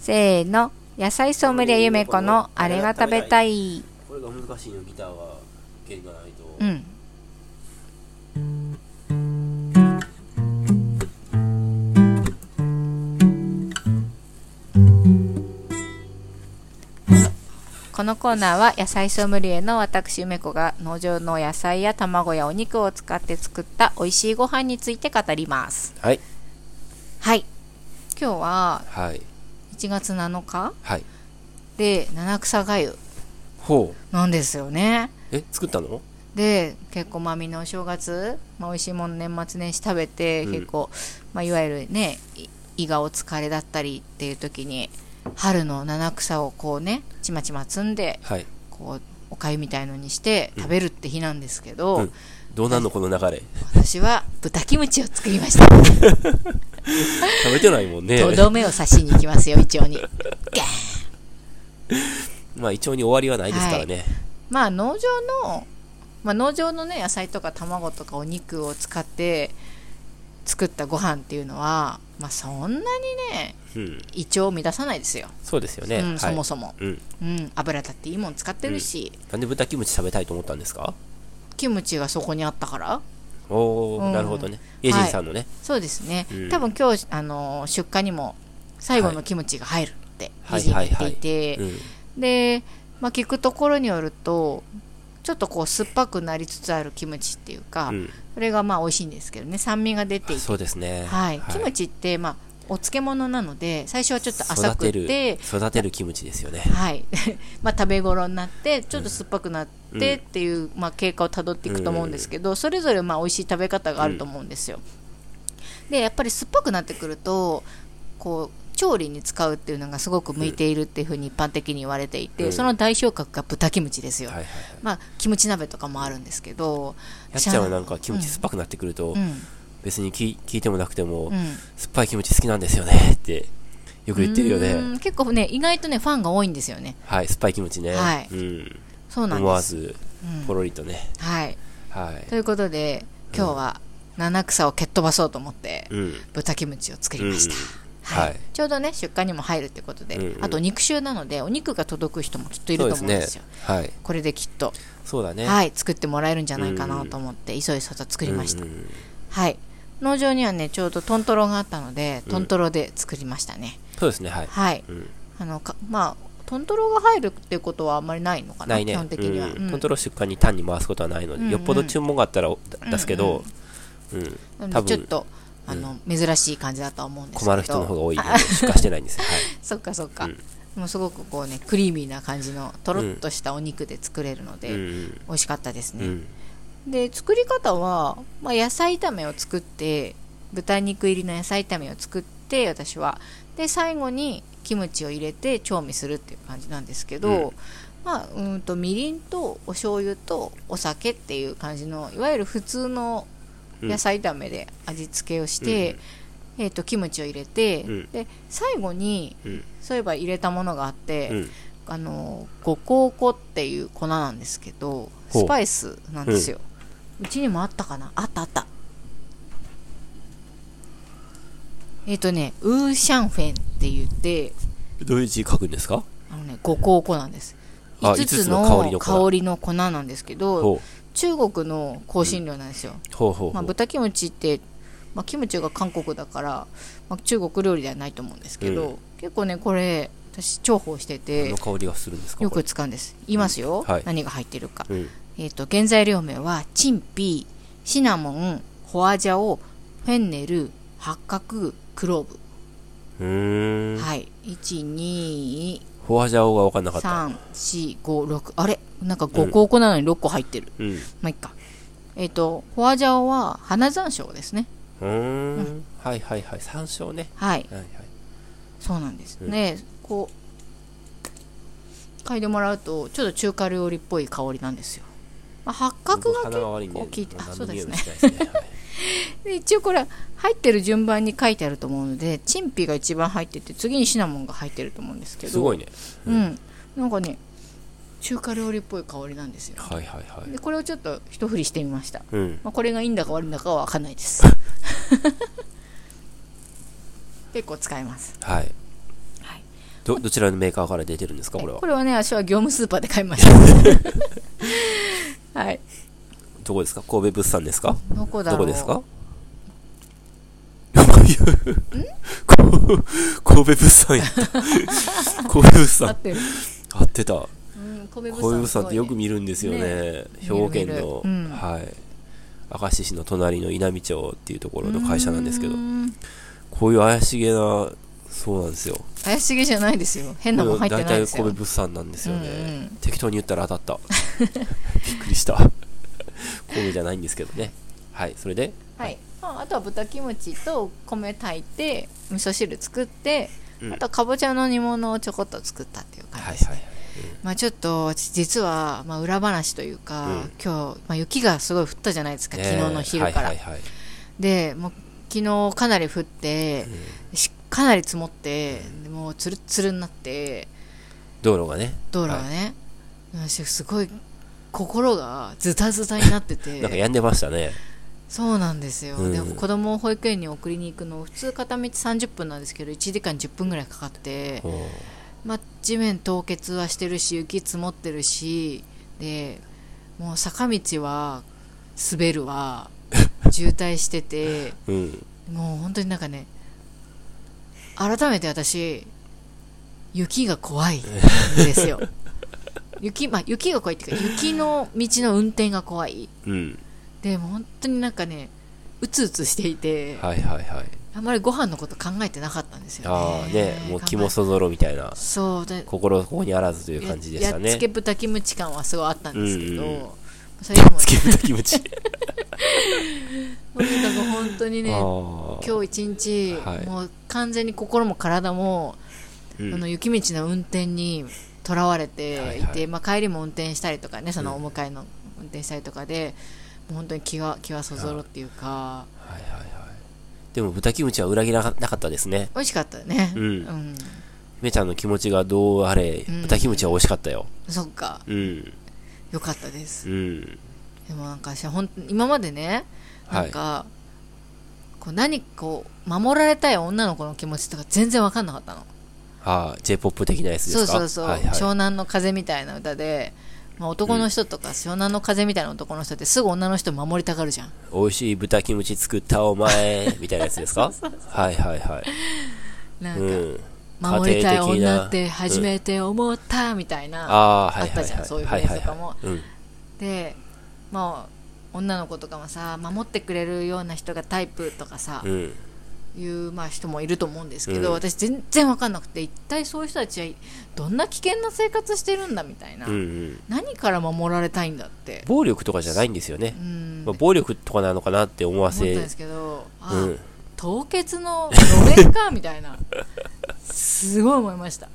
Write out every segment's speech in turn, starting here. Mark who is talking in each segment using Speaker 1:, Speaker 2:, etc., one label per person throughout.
Speaker 1: せーの野菜ソムリエゆめこのあれが食べたい
Speaker 2: これが難しいよギターは弦がないと、
Speaker 1: うんこのコーナーは野菜ソムリエの私梅子が農場の野菜や卵やお肉を使って作った美味しいご飯について語ります
Speaker 2: はい
Speaker 1: はい今日は
Speaker 2: はい
Speaker 1: 1月7日
Speaker 2: はい
Speaker 1: で七草がゆ
Speaker 2: ほ
Speaker 1: なんですよね
Speaker 2: うえ作ったの
Speaker 1: で結構まあみんなお正月、まあ、美味しいもの年末年始食べて
Speaker 2: うん
Speaker 1: 結構、まあ、いわゆるねい胃がお疲れだったりっていう時に春の七草をこうねちまちま摘んで
Speaker 2: はい、
Speaker 1: こうおかゆみたいのにして食べるって日なんですけど、
Speaker 2: うん、どうなんのこの流れ
Speaker 1: 私は豚キムチを作りました
Speaker 2: 食べてないもんね
Speaker 1: とどめを刺しに行きますよ一応に
Speaker 2: まあ一応に終わりはないですからね、
Speaker 1: まあ農場の、まあ、農場のね野菜とか卵とかお肉を使って作ったご飯っていうのは、まあ、そんなにね
Speaker 2: うん
Speaker 1: 胃腸を乱さないですよ、
Speaker 2: そうですよね、
Speaker 1: うん
Speaker 2: はい
Speaker 1: そもそも、
Speaker 2: うん
Speaker 1: うん、油だっていいもん使ってるし、
Speaker 2: なんで豚キムチ食べたいと思ったんですか
Speaker 1: キムチがそこにあったから
Speaker 2: おー、
Speaker 1: うん
Speaker 2: なるほどねエイジンさんのね、
Speaker 1: そうですね、
Speaker 2: うん
Speaker 1: 多分今日、あのー出荷にも最後のキムチが入るって
Speaker 2: は
Speaker 1: 美
Speaker 2: い
Speaker 1: 人が言っていて、
Speaker 2: うん
Speaker 1: で、まあ、聞くところによるとちょっとこう酸っぱくなりつつあるキムチっていうか、
Speaker 2: うん
Speaker 1: それがまあ美味しいんですけどね酸味が出ていて
Speaker 2: そうですね
Speaker 1: はい、キムチって、まあ、お漬物なので最初はちょっと浅
Speaker 2: 育
Speaker 1: く
Speaker 2: てる
Speaker 1: て、
Speaker 2: 育てるキムチですよね
Speaker 1: はい、 まあ食べ頃になってちょっと酸っぱくなってっていう、まあ、経過をたどっていくと思うんですけど、それぞれまあ美味しい食べ方があると思うんですよ。でやっぱり酸っぱくなってくるとこう調理に使うっていうのがすごく向いているっていうふうに一般的に言われていて、
Speaker 2: うん
Speaker 1: その代表格が豚キムチですよ、
Speaker 2: はいはいはい
Speaker 1: まあ、キムチ鍋とかもあるんですけど
Speaker 2: やっちゃんはなんかキムチ酸っぱくなってくると、
Speaker 1: うん
Speaker 2: 別にき聞いてもなくても、
Speaker 1: うん
Speaker 2: 酸っぱいキムチ好きなんですよねってよく言ってるよ
Speaker 1: うー
Speaker 2: ね
Speaker 1: ん結構ね意外とねファンが多いんですよね
Speaker 2: はい酸っぱいキムチね、
Speaker 1: はい
Speaker 2: うん、
Speaker 1: そうなん
Speaker 2: 思
Speaker 1: で
Speaker 2: わ
Speaker 1: す、
Speaker 2: ず
Speaker 1: うん
Speaker 2: ポロリとね、
Speaker 1: はい
Speaker 2: はい
Speaker 1: ということで今日は七草を蹴っ飛ばそうと思って、
Speaker 2: うん
Speaker 1: 豚キムチを作りました、
Speaker 2: うん
Speaker 1: はい
Speaker 2: はい
Speaker 1: ちょうどね出荷にも入るってことで、
Speaker 2: うんうん
Speaker 1: あと肉臭なのでお肉が届く人もきっとい
Speaker 2: そ
Speaker 1: る
Speaker 2: う
Speaker 1: と思う
Speaker 2: です
Speaker 1: んで
Speaker 2: ね
Speaker 1: すよ
Speaker 2: はい
Speaker 1: これできっと、
Speaker 2: そうだね
Speaker 1: はい作ってもらえるんじゃないかなと思って、急いそと作りました、
Speaker 2: うんうん
Speaker 1: はい農場にはねちょうどトントロがあったので
Speaker 2: うん
Speaker 1: トントロで作りましたね、
Speaker 2: そうですねはい、
Speaker 1: はい
Speaker 2: うん、
Speaker 1: あのかまあトントロが入るってことはあんまりないのかな
Speaker 2: ないね
Speaker 1: 基本的には、
Speaker 2: うん
Speaker 1: うん
Speaker 2: トントロ出荷に単に回すことはないので、
Speaker 1: うんうん
Speaker 2: よっぽど注文があったらだ出すけど、うん
Speaker 1: な
Speaker 2: 多
Speaker 1: のでちょっ
Speaker 2: 分
Speaker 1: とあの、珍しい感じだとは思うんですけど
Speaker 2: 困る人の方が多いの
Speaker 1: あ
Speaker 2: で出荷してないんですよ、はい
Speaker 1: そっかそっか、
Speaker 2: うん
Speaker 1: もうすごくこうねクリーミーな感じのとろっとしたお肉で作れるので、
Speaker 2: うん
Speaker 1: 美味しかったです
Speaker 2: うんう
Speaker 1: ね、
Speaker 2: ん
Speaker 1: で作り方は、まあ、野菜炒めを作って豚肉入りの野菜炒めを作って私はで最後にキムチを入れて調味するっていう感じなんですけど、
Speaker 2: うん
Speaker 1: まあ、うーんとみりんとお醤油とお酒っていう感じのいわゆる普通の
Speaker 2: うん
Speaker 1: 野菜炒めで味付けをして、えー、とキムチを入れて、
Speaker 2: うん
Speaker 1: で最後に
Speaker 2: うん
Speaker 1: そういえば入れたものがあって、
Speaker 2: うん
Speaker 1: あの五香粉っていう粉なんですけど
Speaker 2: ほう
Speaker 1: スパイスなんですよ、うちにもあったかなあったあったえっ、とねウーシャンフェンって言って
Speaker 2: どういう字書くんですか
Speaker 1: あのね五香粉なんです
Speaker 2: あ
Speaker 1: 5つの
Speaker 2: 五つの香りの粉
Speaker 1: 香りの粉なんですけど
Speaker 2: ほ
Speaker 1: 中国の香辛料なんですよ、
Speaker 2: うほうほうほう、
Speaker 1: まあ、豚キムチって、まあ、キムチが韓国だから、まあ、中国料理ではないと思うんですけど、
Speaker 2: う
Speaker 1: 結構ねこれ私重宝して
Speaker 2: 何
Speaker 1: て
Speaker 2: の香りがするんですか
Speaker 1: よ
Speaker 2: こ
Speaker 1: く使うんです言いますよ、
Speaker 2: はい
Speaker 1: 何が入ってるか、
Speaker 2: れうん
Speaker 1: えっと原材料名はチンピシナモンホアジャオフェンネル八角クローブ、
Speaker 2: うーん
Speaker 1: はい12345
Speaker 2: フォアジャオが分かんなかった。
Speaker 1: 6あれなんか5個粉なのに6個入ってる、
Speaker 2: うん。う
Speaker 1: まあいっかえっ、とホアジャオは花山椒ですね
Speaker 2: ーん。はいはいはい。山椒ね。
Speaker 1: はい
Speaker 2: はいはい。
Speaker 1: そうなんです、
Speaker 2: うん
Speaker 1: でこう嗅いでもらうとちょっと中華料理っぽい香りなんですよ、まあ、八角が結
Speaker 2: 鼻が悪いんで。
Speaker 1: 構効いてあ
Speaker 2: 何
Speaker 1: そ
Speaker 2: の
Speaker 1: うです
Speaker 2: 匂いも
Speaker 1: ね
Speaker 2: しないですね。 はい
Speaker 1: で一応これ入ってる順番に書いてあると思うのでチンピが一番入ってて次にシナモンが入ってると思うんですけど
Speaker 2: すごいね。
Speaker 1: う
Speaker 2: うん
Speaker 1: ん、なんかね中華料理っぽい香りなんですよ
Speaker 2: はいはいはい
Speaker 1: で。これをちょっと一振りしてみました、
Speaker 2: うん。
Speaker 1: まあ、これがいいんだか悪いんだかは分かんないです 結構使います
Speaker 2: はい。どどちらのメーカーから出てるんですかこれは
Speaker 1: これはね私は業務スーパーで買いました はい
Speaker 2: どこですか神戸物産ですか
Speaker 1: どこだろ
Speaker 2: ど
Speaker 1: う
Speaker 2: こですか いやこ神戸物産やっ た神戸物
Speaker 1: 合
Speaker 2: 産
Speaker 1: ってる、
Speaker 2: 合ってた
Speaker 1: うん、神戸
Speaker 2: 小
Speaker 1: 物産
Speaker 2: 籔さんってよく
Speaker 1: 見
Speaker 2: 見るんですよね
Speaker 1: ね
Speaker 2: 兵庫県の、
Speaker 1: 見る見るうん
Speaker 2: はい、明石市の隣の稲美町っていうところの会社なんですけどこういう怪しげなそうなんですよ
Speaker 1: 怪しげじゃないですよ変なもん入ってないです
Speaker 2: こ
Speaker 1: よ
Speaker 2: れ大体神戸物産なんですよね、
Speaker 1: うんうん
Speaker 2: 適当に言ったら当たった びっくりした神戸じゃないんですけどねはいそれで
Speaker 1: はい、まあ、あとは豚キムチと米炊いて味噌汁作って、
Speaker 2: うん
Speaker 1: あとはかぼちゃの煮物をちょこっと作ったっていう感じ
Speaker 2: はい
Speaker 1: です、
Speaker 2: はい
Speaker 1: まあ、ちょっと私実は、まあ、裏話というか、
Speaker 2: うん
Speaker 1: 今日、まあ、雪がすごい降ったじゃないですか、
Speaker 2: ね
Speaker 1: 昨日の昼から、
Speaker 2: はいはいはい
Speaker 1: でもう昨日かなり降って、しかなり積もってでもうつるつるになって
Speaker 2: 道路がね
Speaker 1: 道路がね、私すごい心がズタズタになってて
Speaker 2: なんか病んでましたね
Speaker 1: そうなんですよ、
Speaker 2: うん
Speaker 1: で子供を保育園に送りに行くの普通片道30分なんですけど1時間10分ぐらいかかって、
Speaker 2: うん
Speaker 1: まあ、地面凍結はしてるし雪積もってるしでもう坂道は滑る わ渋滞してて
Speaker 2: うん
Speaker 1: もう本当になんかね改めて私雪が怖いんです よ雪,、まあ、雪が怖いっていうか雪の道の運転が怖い
Speaker 2: うん
Speaker 1: でもう本当になんかねうつうつしていて、
Speaker 2: はいはいはい
Speaker 1: あんまりご飯のこと考えてなかったんですよね
Speaker 2: ああねもう
Speaker 1: 考え
Speaker 2: 気もそぞろみたいな
Speaker 1: そうで
Speaker 2: 心ここにあらずという感じでした
Speaker 1: ややっ
Speaker 2: ね
Speaker 1: つけ豚キムチ感はすごいあったんですけど、
Speaker 2: うんうんうん
Speaker 1: それでも
Speaker 2: つけ豚キムチ
Speaker 1: とにかく本当にね
Speaker 2: あ
Speaker 1: 今
Speaker 2: ー
Speaker 1: 日一日、
Speaker 2: はい
Speaker 1: もう完全に心も体も、
Speaker 2: うん
Speaker 1: あの雪道の運転にとらわれていて、
Speaker 2: はいはい
Speaker 1: まあ、帰りも運転したりとかねその
Speaker 2: う
Speaker 1: お迎えの運転したりとかで、もう本当に気は気はそぞろっていうか
Speaker 2: はいはいはいでも豚キムチは裏切らなかったですね
Speaker 1: 美味しかったよね
Speaker 2: うん
Speaker 1: ん
Speaker 2: めちゃんの気持ちがどうあれ、
Speaker 1: うん
Speaker 2: 豚キムチは美味しかったよ
Speaker 1: そっか
Speaker 2: うん
Speaker 1: よかったです
Speaker 2: うん
Speaker 1: でもなんか私は本当に今までね
Speaker 2: はい
Speaker 1: なんか、こう何こう守られたい女の子の気持ちとか全然分かんなかったの
Speaker 2: ああ J−POP 的なやつで
Speaker 1: そう
Speaker 2: すか
Speaker 1: そうそう、
Speaker 2: はいはい
Speaker 1: 湘南の風みたいな歌で、まあ、男の人とか、湘南の風みたいな男の人ってすぐ女の人守りたがるじゃん
Speaker 2: 美味しい豚キムチ作ったお 前みたいなやつですかはいはいはい
Speaker 1: なんか、
Speaker 2: うん
Speaker 1: 守りたい
Speaker 2: 家庭的な
Speaker 1: 女って初めて思ったみたいな、
Speaker 2: ああはい
Speaker 1: あっ
Speaker 2: はい
Speaker 1: たじゃんそういうフ
Speaker 2: は
Speaker 1: レ
Speaker 2: い
Speaker 1: ー
Speaker 2: は
Speaker 1: ズ
Speaker 2: い
Speaker 1: とかも
Speaker 2: はいうん
Speaker 1: でまあ女の子とかもさ守ってくれるような人がタイプとかさ、
Speaker 2: うん
Speaker 1: いう、まあ、人もいると思うんですけど、
Speaker 2: うん
Speaker 1: 私全然分かんなくて一体そういう人たちはどんな危険な生活してるんだみたいな、
Speaker 2: うんうん
Speaker 1: 何から守られたいんだって、
Speaker 2: 暴力とかじゃないんですよね
Speaker 1: う、ん
Speaker 2: まあ、暴力とかなのかなって思わ
Speaker 1: 思ったん
Speaker 2: せ
Speaker 1: ですけどあ、
Speaker 2: うん
Speaker 1: 凍結の路面かみたいなすごい思いました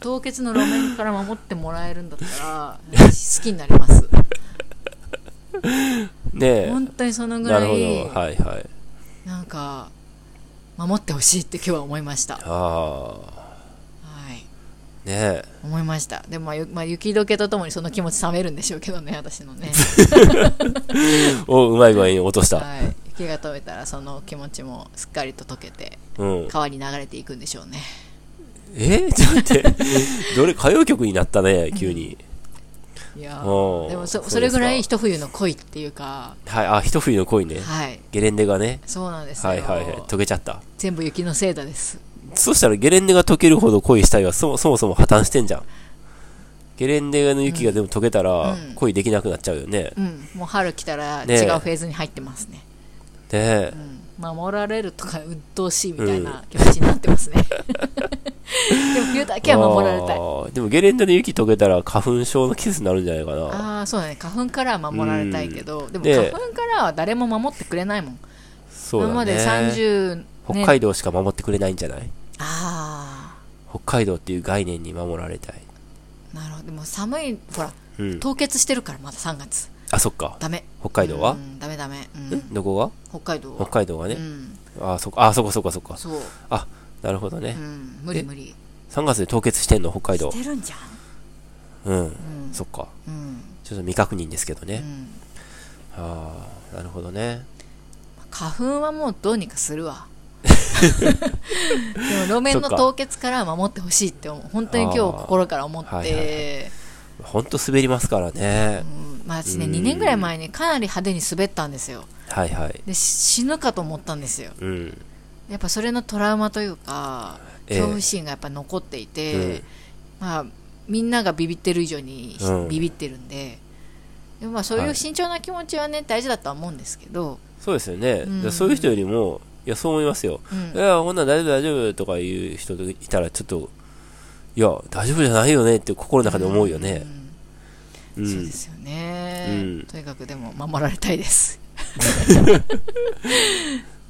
Speaker 1: 凍結の路面から守ってもらえるんだったら私好きになります
Speaker 2: ねえ
Speaker 1: 本当にそのぐ
Speaker 2: な
Speaker 1: ら
Speaker 2: る
Speaker 1: い
Speaker 2: ほどはいはい
Speaker 1: なんか守ってほしいって今日は思いましたは
Speaker 2: ああ
Speaker 1: い
Speaker 2: ねえ
Speaker 1: 思いましたでも、まあゆまあ、雪解けとともにその気持ち冷めるんでしょうけど ね私のね、
Speaker 2: おうまい具合に落とした、
Speaker 1: はい、雪が解けたらその気持ちもすっかりと溶けて
Speaker 2: うん
Speaker 1: 川に流れていくんでしょうね
Speaker 2: えー、 ちょっと待ってどれ歌謡曲になったね急に、
Speaker 1: いや
Speaker 2: お
Speaker 1: ー
Speaker 2: ー
Speaker 1: でも
Speaker 2: そう
Speaker 1: そ
Speaker 2: ですか
Speaker 1: それぐらい一冬の恋っていうか
Speaker 2: はいあ一冬の恋ね、
Speaker 1: はい
Speaker 2: ゲレンデがね
Speaker 1: そうなんですよ、
Speaker 2: はいはいはい溶けちゃった
Speaker 1: 全部雪のせいだです
Speaker 2: そしたらゲレンデが溶けるほど恋したいはそそもそも破綻してんじゃんゲレンデの雪がでも溶けたら
Speaker 1: うん
Speaker 2: 恋できなくなっちゃうよね、
Speaker 1: うんもう春来たら違うフ
Speaker 2: ねえ
Speaker 1: ェーズに入ってますね
Speaker 2: ねえ
Speaker 1: うん、守られるとか鬱陶しいみたいな気持ちになってますね、 でも冬だけは守られたい
Speaker 2: あ
Speaker 1: あ
Speaker 2: ーでもゲレンデの雪溶けたら花粉症の季節になるんじゃないかな
Speaker 1: あーそうだね花粉からは守られたいけど、でも
Speaker 2: で
Speaker 1: 花粉からは誰も守ってくれないもん、
Speaker 2: そうだ
Speaker 1: 今
Speaker 2: ね
Speaker 1: まで30年
Speaker 2: 北海道しか守ってくれないんじゃない
Speaker 1: あ
Speaker 2: 北海道っていう概念に守られたい、
Speaker 1: あなるほどでも寒いほら
Speaker 2: うん、
Speaker 1: 凍結してるからまだ3月
Speaker 2: あそっか
Speaker 1: ダメ
Speaker 2: 北海道
Speaker 1: う
Speaker 2: は、
Speaker 1: んダメダメ、うん
Speaker 2: んどこが
Speaker 1: 北海道は
Speaker 2: 北海道が
Speaker 1: う
Speaker 2: ね、
Speaker 1: ん、
Speaker 2: あそっかあそっかそっかそっか
Speaker 1: そう、
Speaker 2: あなるほどね
Speaker 1: う、ん、無理無理
Speaker 2: 3月で凍結してんの北海道
Speaker 1: してるんじゃん
Speaker 2: うん、
Speaker 1: うん
Speaker 2: そっか
Speaker 1: うん
Speaker 2: ちょっと未確認ですけど
Speaker 1: う
Speaker 2: ね、
Speaker 1: ん
Speaker 2: ああなるほどね
Speaker 1: 花粉はもうどうにかするわでも路面の
Speaker 2: そっか
Speaker 1: 凍結からは守ってほしいって思う本当に今日
Speaker 2: あー
Speaker 1: 心から思って、
Speaker 2: はいはいほんと滑りますからね
Speaker 1: う。んまあ私ね
Speaker 2: うん
Speaker 1: 2年ぐらい前にかなり派手に滑ったんですよ
Speaker 2: はいはい。
Speaker 1: でし死ぬかと思ったんですよ
Speaker 2: うん。
Speaker 1: やっぱそれのトラウマというか
Speaker 2: ええ
Speaker 1: 恐怖心がやっぱ残っていて、
Speaker 2: うん
Speaker 1: まあみんながビビってる以上にひ
Speaker 2: うん
Speaker 1: ビビってるんで,、でもまあそうい
Speaker 2: は
Speaker 1: う
Speaker 2: い
Speaker 1: 慎重な気持ちはね大事だとは思うんですけど、
Speaker 2: そうですよね。
Speaker 1: うん
Speaker 2: そういう人よりも、いや、そう思いますよ。
Speaker 1: うん
Speaker 2: いや、こんなん大丈夫大丈夫とかいう人いたら、ちょっと、いや、大丈夫じゃないよねって心の 中で思うよね。う
Speaker 1: うんそうんで。すよね、
Speaker 2: うん
Speaker 1: とにかくでも守られたいです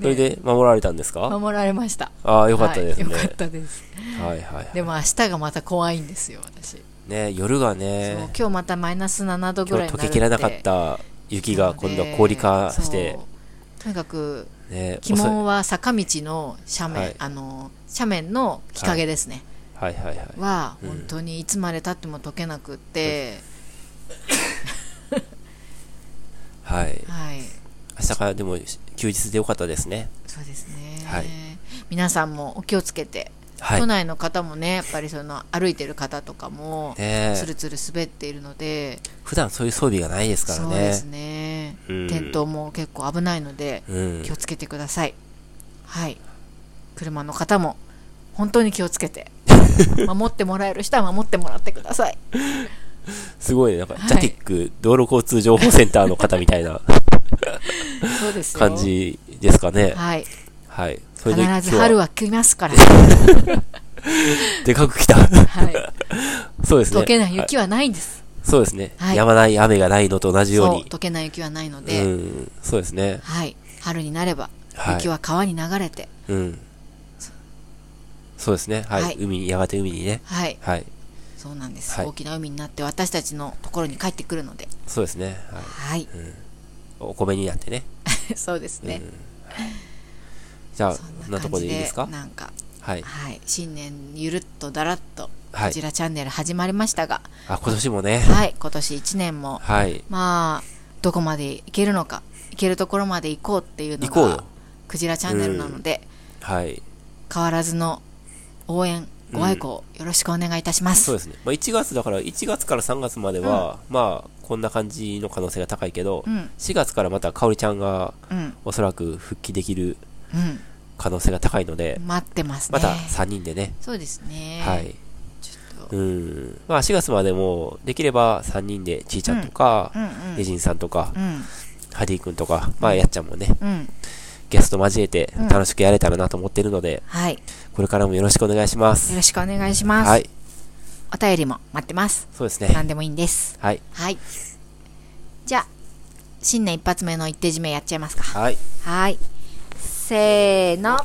Speaker 2: それで守られたんですか
Speaker 1: 守られました
Speaker 2: ああ、よかったですね。
Speaker 1: はい、
Speaker 2: は
Speaker 1: よかっ
Speaker 2: い
Speaker 1: たです
Speaker 2: はいはい。
Speaker 1: でも明日がまた怖いんですよ私、
Speaker 2: ね、夜が
Speaker 1: そう
Speaker 2: ね、
Speaker 1: 今日またマイナス7度ぐ
Speaker 2: 今
Speaker 1: らい
Speaker 2: 日
Speaker 1: になる
Speaker 2: 溶け
Speaker 1: て
Speaker 2: きらなかった雪が今度は氷化して
Speaker 1: そ、うとにかく
Speaker 2: ね、
Speaker 1: 鬼
Speaker 2: 遅い
Speaker 1: 門は坂道の斜面、
Speaker 2: はい
Speaker 1: あの斜面の日陰ですね、
Speaker 2: はいはいはい。
Speaker 1: は
Speaker 2: うん
Speaker 1: 本当にいつまでたっても解けなくって、
Speaker 2: はい。
Speaker 1: はい
Speaker 2: 明日からでも休日でよかったですね。
Speaker 1: そうですね、
Speaker 2: はい
Speaker 1: 皆さんもお気をつけて、
Speaker 2: はい
Speaker 1: 都。内の方もねやっぱりその歩いてる方とかも
Speaker 2: ねえ
Speaker 1: つるつる滑っているので、
Speaker 2: 普段そういう装備がないですからね。
Speaker 1: そうですね、
Speaker 2: うん
Speaker 1: 転倒も結構危ないので、
Speaker 2: うん
Speaker 1: 気をつけてくださいはい車の方も本当に気をつけ て守ってもらえる人は守ってもらってください
Speaker 2: すごいね、なんか、
Speaker 1: はい
Speaker 2: ジャティック道路交通情報センターの方みたいな
Speaker 1: そうですよ
Speaker 2: 感じですかね。
Speaker 1: はい
Speaker 2: はい。それ
Speaker 1: 必
Speaker 2: で今
Speaker 1: ず
Speaker 2: 日
Speaker 1: 春
Speaker 2: は
Speaker 1: は来ますから
Speaker 2: でかく来た。
Speaker 1: はい
Speaker 2: そうですね。
Speaker 1: 溶けない
Speaker 2: は
Speaker 1: 雪はないんです、
Speaker 2: そうですね。
Speaker 1: はい
Speaker 2: やまない雨がないのと同じよう
Speaker 1: そう
Speaker 2: に。
Speaker 1: 溶けない雪はないの
Speaker 2: う
Speaker 1: で、
Speaker 2: ん。そうですね。
Speaker 1: はい春になれば
Speaker 2: はい
Speaker 1: 雪は川に流れて
Speaker 2: うん。そうですね。はい。
Speaker 1: はい
Speaker 2: 海に、やがて海にね。
Speaker 1: はい
Speaker 2: はい。
Speaker 1: そうなんです、
Speaker 2: はい
Speaker 1: 大きな海になって私たちのところに帰ってくるので
Speaker 2: そうですね。はい。
Speaker 1: はい、
Speaker 2: お米になってね。
Speaker 1: そうですね、
Speaker 2: じゃあ、
Speaker 1: そん
Speaker 2: こん
Speaker 1: な
Speaker 2: なと
Speaker 1: 感
Speaker 2: こ
Speaker 1: じ
Speaker 2: でいいで
Speaker 1: です
Speaker 2: か
Speaker 1: なんか
Speaker 2: はい。
Speaker 1: はい、新年ゆるっとだらっと、
Speaker 2: はい
Speaker 1: こちらチャンネル始まりましたが、
Speaker 2: あ、今年もね。
Speaker 1: はい、今年1年も、
Speaker 2: はい。
Speaker 1: まあ、どこまでいけるのか、いけるところまで行こうっていうの
Speaker 2: 行こう
Speaker 1: が
Speaker 2: よ、
Speaker 1: クジラチャンネルなので、
Speaker 2: はい。
Speaker 1: 変わらずの応援、ご愛顧をよろしくお願いいたします。
Speaker 2: そうですね。まあ、1月だから、1月から3月までは、まあ、こんな感じの可能性が高いけど、
Speaker 1: うん
Speaker 2: 4月からまた香織ちゃんが、
Speaker 1: うん、
Speaker 2: おそらく復帰できる
Speaker 1: う
Speaker 2: 可能性が高いので、
Speaker 1: ん、待ってますね。
Speaker 2: また3人でね。
Speaker 1: そうですね。
Speaker 2: はい。
Speaker 1: ちょっと、
Speaker 2: うん。まあ、4月までも、できれば3人で、ちいちゃんとか
Speaker 1: うん、うん
Speaker 2: エジンさんとか
Speaker 1: う、ん、
Speaker 2: ハディ君とか、まあ、やっちゃんもね、
Speaker 1: うん、
Speaker 2: ゲスト交えて
Speaker 1: うん
Speaker 2: 楽しくやれたらなと思ってるので、
Speaker 1: はい、よ
Speaker 2: これからもよろしくお願いします。
Speaker 1: ろしくお願いします。
Speaker 2: はい。
Speaker 1: お便りも待ってます。
Speaker 2: そうです
Speaker 1: 何
Speaker 2: ね。
Speaker 1: でもいいんです。
Speaker 2: はい。
Speaker 1: はい。じゃあ、新年一発目の一手締めやっちゃいますか。
Speaker 2: はい。
Speaker 1: はい。せーの。